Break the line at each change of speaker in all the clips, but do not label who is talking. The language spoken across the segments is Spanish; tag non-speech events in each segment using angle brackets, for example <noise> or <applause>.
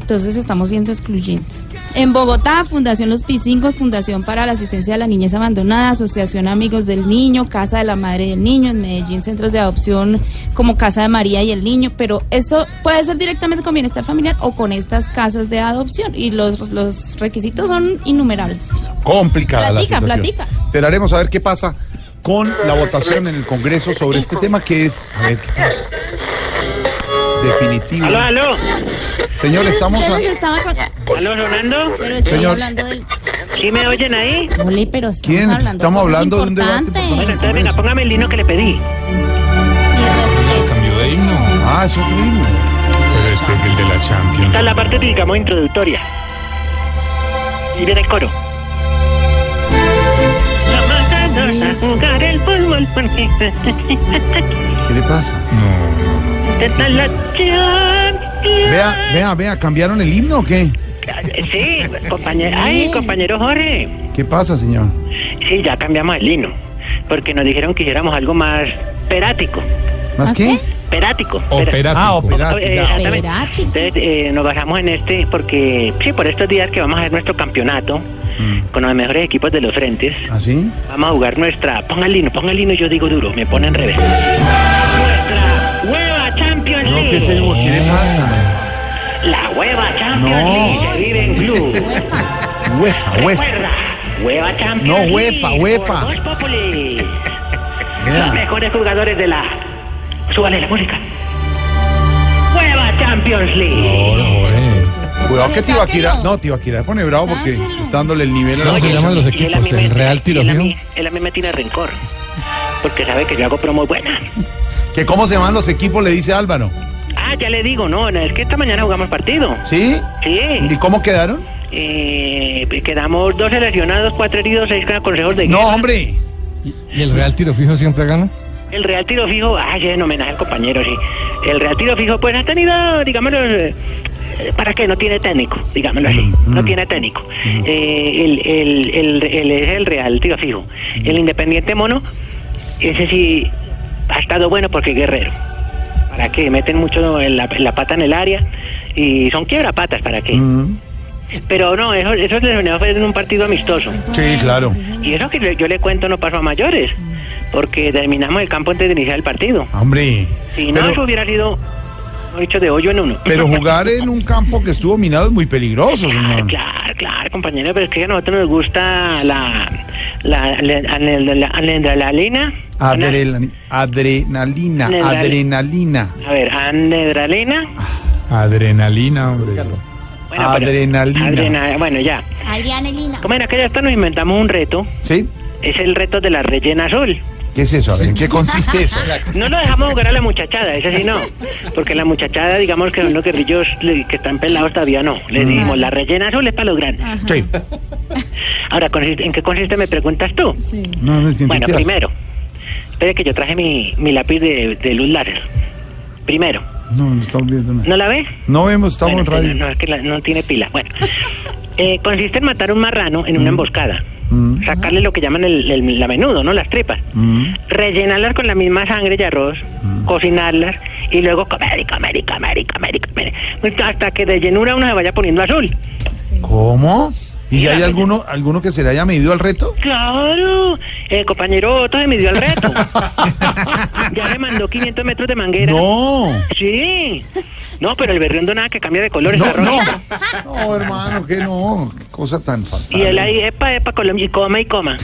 Entonces estamos siendo excluyentes. En Bogotá, Fundación Los Pisingos, Fundación para la Asistencia a la Niñez Abandonada, Asociación Amigos del Niño, Casa de la Madre del Niño, en Medellín centros de adopción como Casa de María y el Niño, pero eso puede ser directamente con bienestar familiar o con estas casas de adopción y los, los requisitos son innumerables.
complicada
Platica,
la situación.
platica.
Pero haremos a ver qué pasa con la votación en el Congreso sobre este tema que es, a ver qué pasa. Definitivo.
Aló, aló,
Señor, estamos a-
Ustedes estaban con-
aló, sonando.
Pero estoy
Señor.
hablando del...
¿Sí me oyen ahí?
Ole, pero estamos
¿Quién?
hablando de
Estamos
cosas
hablando de un debate
importantes.
por
Bueno, entonces venga, póngame el lino que le
Mi
pedí.
respeto.
Cambio de himno.
Ah, es otro himno.
Pero este es el de la Champions.
Esta es la parte, digamos, introductoria. Y viene el coro. Vamos a jugar el fútbol porque
¿Qué le pasa?
<laughs> esta es la Champions.
Vea, vea, vea, ¿cambiaron el himno o qué?
Sí, compañero. Ay, compañero Jorge.
¿Qué pasa, señor?
Sí, ya cambiamos el lino. Porque nos dijeron que hiciéramos algo más perático.
¿Más
¿Ah,
qué?
Perático.
Operático.
Ah, operático.
Eh, exactamente.
Operático.
Entonces, eh, nos basamos en este porque, sí, por estos días que vamos a hacer nuestro campeonato
Mm.
con los mejores equipos de los frentes,
¿Así?
vamos a jugar nuestra. Ponga el lino, ponga el lino, yo digo duro, me pone en revés. Nuestra hueva Champions
No,
League.
¿qué señor? ¿Qué le pasa?
La hueva Champions
No.
League. Vive en club.
Huefa, huefa.
Recuerda, hueva Champions
No,
League.
huefa, huefa.
por Voz Populi. Los
Vea.
mejores jugadores de la. Súbale la música. Hueva Champions League.
Ahora, ahora.
Cuidado que Tibaquira.
Sáquelo.
No, Tibaquira se pone bravo porque
Sáquelo.
está dándole el nivel a
¿Cómo
la
se
Oye,
llaman los
y él a
equipos?
mí me-
¿El Real Tiro
él a
Fijo?
mí- Él a mí me tiene rencor. Porque sabe que yo hago promos buenas.
¿Que cómo se llaman los equipos? Le dice Álvaro.
Ah, ya le digo, no, no, es que esta mañana jugamos partido.
¿Sí?
Sí.
¿Y cómo quedaron?
Eh, pues quedamos dos seleccionados, cuatro heridos, seis con consejos de
No,
guerra.
hombre.
¿Y el Real Tiro Fijo siempre gana?
El Real Tiro Fijo, ah, ya en homenaje al compañero, sí. El Real Tiro Fijo, pues ha tenido, digámoslo, eh, ¿para qué? No tiene técnico, digámoslo así. No tiene técnico. Eh, el, el, el, el- es el Real Tiro Fijo. El Independiente Mono, ese sí ha estado bueno porque es guerrero. ¿Para qué? Meten mucho en la, en la pata en el área y son quiebrapatas, ¿para qué?
Mm.
Pero no, eso, eso lesionados fue en un partido amistoso.
Sí, claro.
Y eso que le- yo le cuento no pasó a mayores, porque terminamos el campo antes de iniciar el partido.
Hombre.
Si no, eso
pero,
hubiera sido un hecho de hoyo en uno. <laughs>
pero jugar en un campo que estuvo minado es muy peligroso,
Ah, Claro,
señor.
claro, claro, compañero, pero es que a nosotros nos gusta la la la- la- la- la- adrenalina.
Adrenalina, adrenalina,
Adrenalina.
adrenalina.
A ver, adrenalina.
Adrenalina, hombre.
Bueno, pero-
Adrenalina.
adrena- bueno, ya.
Adriana Elina.
Como en aquella hasta nos inventamos un reto.
¿Sí?
Es el reto de la rellena azul.
¿Qué es eso? A ver, ¿en qué consiste
<laughs>
eso?
No lo dejamos jugar a la muchachada, ese sí no. Porque la muchachada, digamos que son los guerrillos le- que están pelados todavía no.
Mm.
Le dimos la rellena azul es para los grandes.
Sí.
Ahora, consiste- ¿en qué consiste? Me preguntas tú.
Sí.
No, no es
Bueno,
identidad.
primero, espere que yo traje mi, mi lápiz de, de luz láser. Primero,
No, no estamos viendo nada.
¿no la ve?
No vemos, estamos en
Bueno,
radio.
No, es que la- no tiene pila.
<laughs>
Bueno, Eh, consiste en matar un marrano en una emboscada.
Mm,
Sacarle lo que llaman el, el- la menudo, ¿no? Las tripas.
mm.
rellenarlas con la misma sangre y arroz, cocinarlas y luego comer y comer y comer y comer y comer. Hasta que de llenura uno se vaya poniendo azul.
¿Cómo? ¿Y
Mira,
hay
pues-
alguno, alguno que se le haya medido al reto?
Claro, el compañero Otto se me dio el reto.
<laughs>
ya me mandó 500 metros de manguera.
No.
Sí. No, pero el berriondo nada que cambia de color.
No,
está
no.
rojo.
No, hermano, que no. Qué cosa tan fatal.
Y él ahí, epa, epa, Colombia, y coma y coma.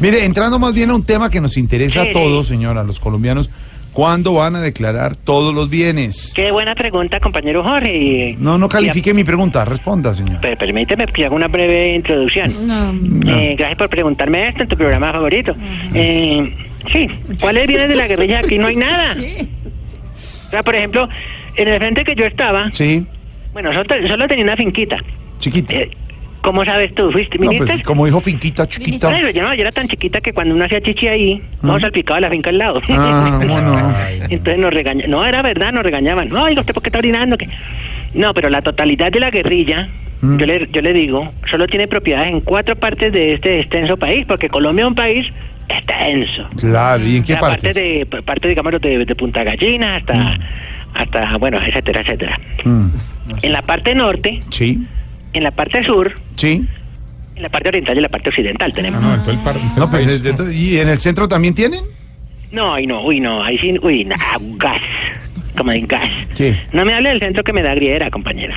Mire, entrando más bien a un tema que nos interesa
Sí.
a todos, señora, a los colombianos, ¿cuándo van a declarar todos los bienes?
Qué buena pregunta, compañero Jorge.
No, no califique mi pregunta, responda, señor.
Pero permíteme que haga una breve introducción.
No,
Eh, gracias por preguntarme esto en tu programa favorito. Eh, sí, ¿cuáles vienen de la guerrilla? Aquí no hay nada. O sea, por ejemplo, en el frente que yo estaba,
Sí,
Bueno, solo, solo tenía una finquita.
Chiquita.
Eh, ¿Cómo sabes tú? ¿Fuiste?
No,
¿Viniste?
pues como dijo finquita, chiquita.
Ay, yo, no, yo era tan chiquita que cuando uno hacía chichi ahí, no salpicaba la finca al lado.
Ah, ¿cómo
<laughs>
no?
Entonces nos regañaban. No, era verdad, nos regañaban. No, oiga, ¿usted por qué está orinando? que No, pero la totalidad de la guerrilla,
Mm.
yo, le, yo le digo, solo tiene propiedades en cuatro partes de este extenso país, porque Colombia es un país extenso.
Claro, ¿y en
O
qué
sea,
parte?
parte de parte digamos de, de Punta Gallina hasta
Mm.
hasta bueno etcétera etcétera
Ah,
en la parte norte
Sí,
en la parte sur
sí.
en la parte oriental y en la parte occidental
No,
tenemos
Ah,
Ah.
no, en todo el par- en todo
No,
el
pues,
país.
de- de- ¿Y en el centro también tienen?
No, ay no, uy no, ahí sí, uy, na, gas, como de gas.
¿Qué?
No me hable del centro que me da griera, compañera.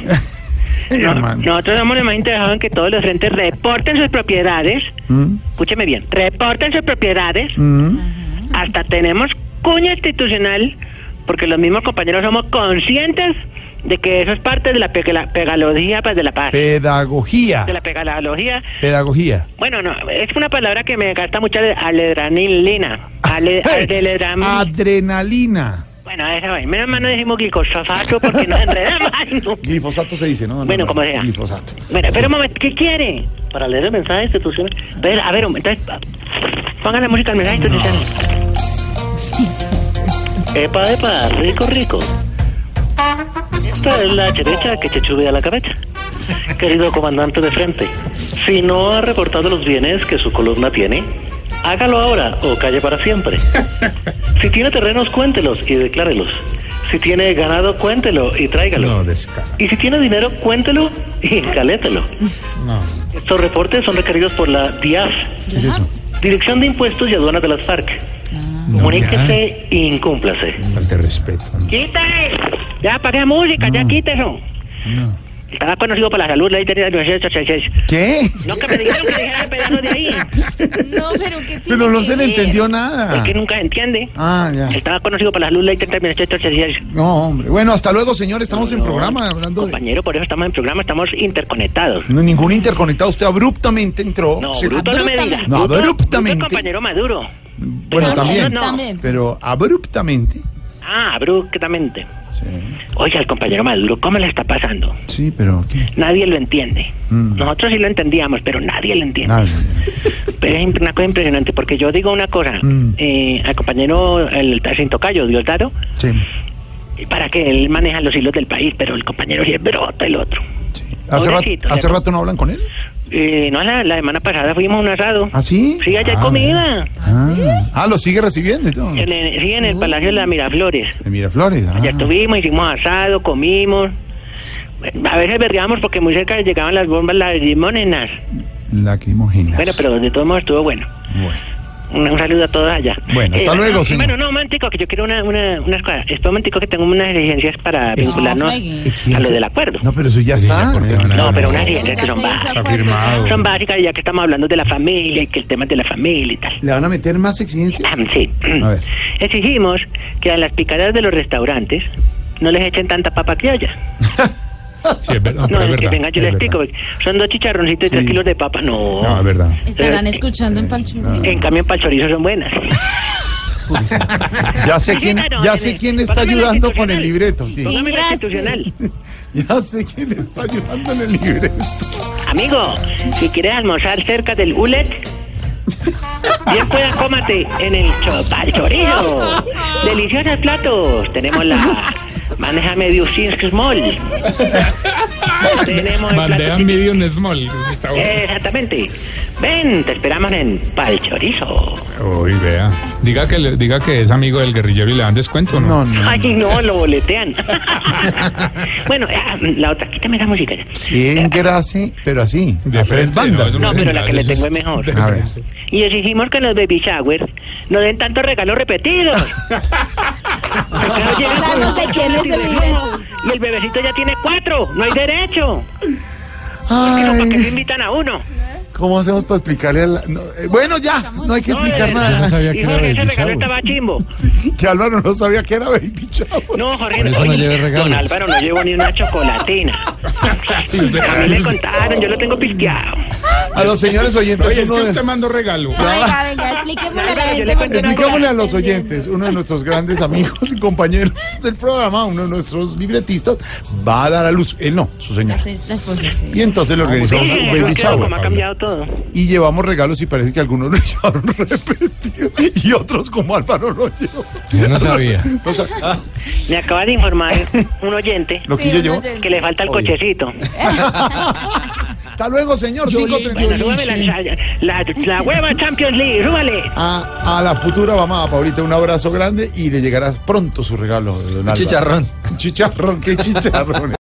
No,
hermano.
nosotros somos los más interesados en que todos los frentes reporten sus propiedades,
Mm,
escúcheme bien, reporten sus propiedades,
mm.
hasta tenemos cuña institucional, porque los mismos compañeros somos conscientes de que eso es parte de la, pe- la pegalogía pues, de la paz.
Pedagogía.
de la pegalogía.
Pedagogía.
Bueno, no, es una palabra que me gasta mucha aledranilina.
<laughs>
Ale,
Ah.
aledranilina.
Adrenalina.
Bueno, eso es. Menos mal no decimos glicosofato porque nos enredamos. <laughs> Ay, no.
Glifosato se dice, ¿no? No,
Bueno,
no,
como sea.
Glifosato.
Bueno, pero un momento, ¿qué quiere? Para leer el mensaje institucional. Pero, a ver, un momento. entonces, Pongan la música al mensaje
<laughs>
institucional. Epa, epa, rico, rico. Esta es la derecha que te chube a la cabeza. Querido comandante de frente, si no ha reportado los bienes que su columna tiene, hágalo ahora o calle para
<laughs>
siempre. Si tiene terrenos, cuéntelos y declárelos. Si tiene ganado, cuéntelo y tráigalo.
No, descarado.
Y si tiene dinero, cuéntelo y <laughs> encalételo.
No.
Estos reportes son requeridos por la DIAF,
¿Qué es eso?
Dirección de Impuestos y Aduanas de las FARC.
Ah.
Comuníquese y incúmplase.
Falta de respeto.
¡Quítale! Ya apagué música, ya quítelo.
No.
Estaba conocido por la salud, la ley de 1986.
¿Qué?
No, que me dijeron que dejara el pedazo de ahí.
Ah.
No, pero ¿qué tiene
Pero no
que
se le
ver?
entendió nada.
Porque nunca se entiende.
Ah, ya.
Estaba conocido por la salud, la ley de 1986.
No, hombre. Bueno, hasta luego, señor. Estamos en
No,
programa hablando de...
Compañero, por eso estamos en programa, estamos interconectados.
No, ningún interconectado. Usted abruptamente entró.
No,
Se-
bruto no me diga.
No,
Bruto-
abruptamente.
bruto, compañero Maduro.
Bueno, también.
No, no.
Pero abruptamente.
Ah, abruptamente.
Sí,
Oiga, el compañero Maduro, ¿cómo le está pasando?
sí pero ¿qué?
Nadie lo entiende.
Mm.
Nosotros sí lo entendíamos, pero nadie lo entiende.
Nada.
Pero es una cosa impresionante, porque yo digo una cosa,
Mm.
eh, al compañero, el sin tocayo, Diosdado,
Sí,
para que él maneja los hilos del país, pero el compañero sí es brota el otro.
sí. ¿Hace, rato,
Pobrecito,
¿Hace
ya.
rato no hablan con él?
Eh, no, la, la semana pasada fuimos a un asado.
¿Ah, sí?
Sí, allá hay
Ah,
comida.
Ah, ah, lo sigue recibiendo y todo.
En el- sí, en
Mm.
el Palacio de la Miraflores.
De Miraflores. ah.
Allá estuvimos, hicimos asado, comimos. A veces berreamos porque muy cerca llegaban las bombas las limonenas.
Lacrimógenas.
Bueno, pero de todos modos estuvo bueno.
Bueno.
Un, un saludo a todos allá.
Bueno, hasta luego,
no,
señor.
Bueno, no, un momentico, que yo quiero una, una, unas cosas. Espera un momentico que tengo unas exigencias para
Es-
vincularnos
No,
a lo del acuerdo.
No, pero eso ya
Sí,
está.
ya corté una-
No, pero una
Sí,
exigencia
ya
que
se
son
hizo
básicas.
acuerdo,
Afirmado.
ya.
Son básicas ya que estamos hablando de la familia y que el tema es de la familia y tal.
¿Le van a meter más exigencias?
Ah, sí.
A ver.
Exigimos que a las picadas de los restaurantes no les echen tanta papa criolla.
Sí, es verdad.
No,
pero
es
es
que
verdad,
venga, yo
es
les
verdad.
explico. Son dos chicharroncitos y
Sí.
tres kilos de papa. No.
No, es verdad.
Estarán escuchando en
Ah.
Palchurri.
En cambio, para el chorizo son buenas.
Ya sé quién, ya sé quién le está ayudando con el libreto. sí.
Póngame la
Gracias.
institucional.
Ya sé quién le está ayudando en el libreto.
Amigo, si quieres almorzar cerca del ULET, bien pueda cómate en el chopal chorizo. Deliciosos platos. Tenemos la bandeja medio sin small. Tenemos el
Mandea
plato-
medium small. Eso está bueno.
Exactamente. Ven, te esperamos en Pal Chorizo.
Uy, vea. Diga que, le- diga que es amigo del guerrillero y le dan descuento, ¿o
No,
¿no?
no.
Ay, no, lo boletean. <laughs> bueno, ah, la otra, quítame la música. ya.
¿Quién grase? Pero así. De tres
frente,
bandas.
eso
No, pero la
es-
que le
eso
tengo es mejor.
de
A ver.
frente.
Y exigimos que en los baby showers no den tantos regalos repetidos. Porque no llegan
Hablamos
con-
de quién es el libreto.
Y el bebecito ya tiene cuatro, no hay derecho. Pero ¿para qué lo
Ay,
invitan a uno?
¿cómo hacemos para explicarle a la... no, eh, bueno, ya, no hay que explicar
No, eh,
Yo no
nada.
sabía que
Y
era
Jorge, ese
baby
regalo
shower.
estaba chimbo.
<laughs> Que Álvaro no sabía que era Baby Chavo.
No, Jorge,
Por eso no llevé regalos.
don Álvaro no
<laughs>
llevó ni una chocolatina.
Sí, usted-
A mí le contaron, yo lo tengo pisqueado.
a los señores oyentes.
Oye, es que
uno de-
usted mandó regalo.
Venga, venga, expliquémosle a la
Venga, yo
gente.
le
porque no
Expliquémosle a
está
los
entendiendo.
oyentes, uno de nuestros grandes amigos y compañeros del programa, uno de nuestros libretistas, va a dar a luz, él no, su señora.
Las, las esposas, sí.
Y entonces le organizamos
Sí,
un
eso
baby
quedó
shower.
como ha cambiado todo.
Y llevamos regalos y parece que algunos <laughs> lo llevaron repetido y otros como Álvaro lo llevó.
Yo no sabía.
O sea,
Me acaba de informar un
<laughs>
oyente
lo que
Sí,
yo
un
llevo.
oyente.
que le falta el cochecito.
Hasta luego, señor.
Bueno,
5.31.
súbame la, la, la hueva Champions League, súbale.
A, a la futura mamá, Paulita, un abrazo grande y le llegarás pronto su regalo. don Álvaro.
chicharrón.
Un Chicharrón, qué chicharrón.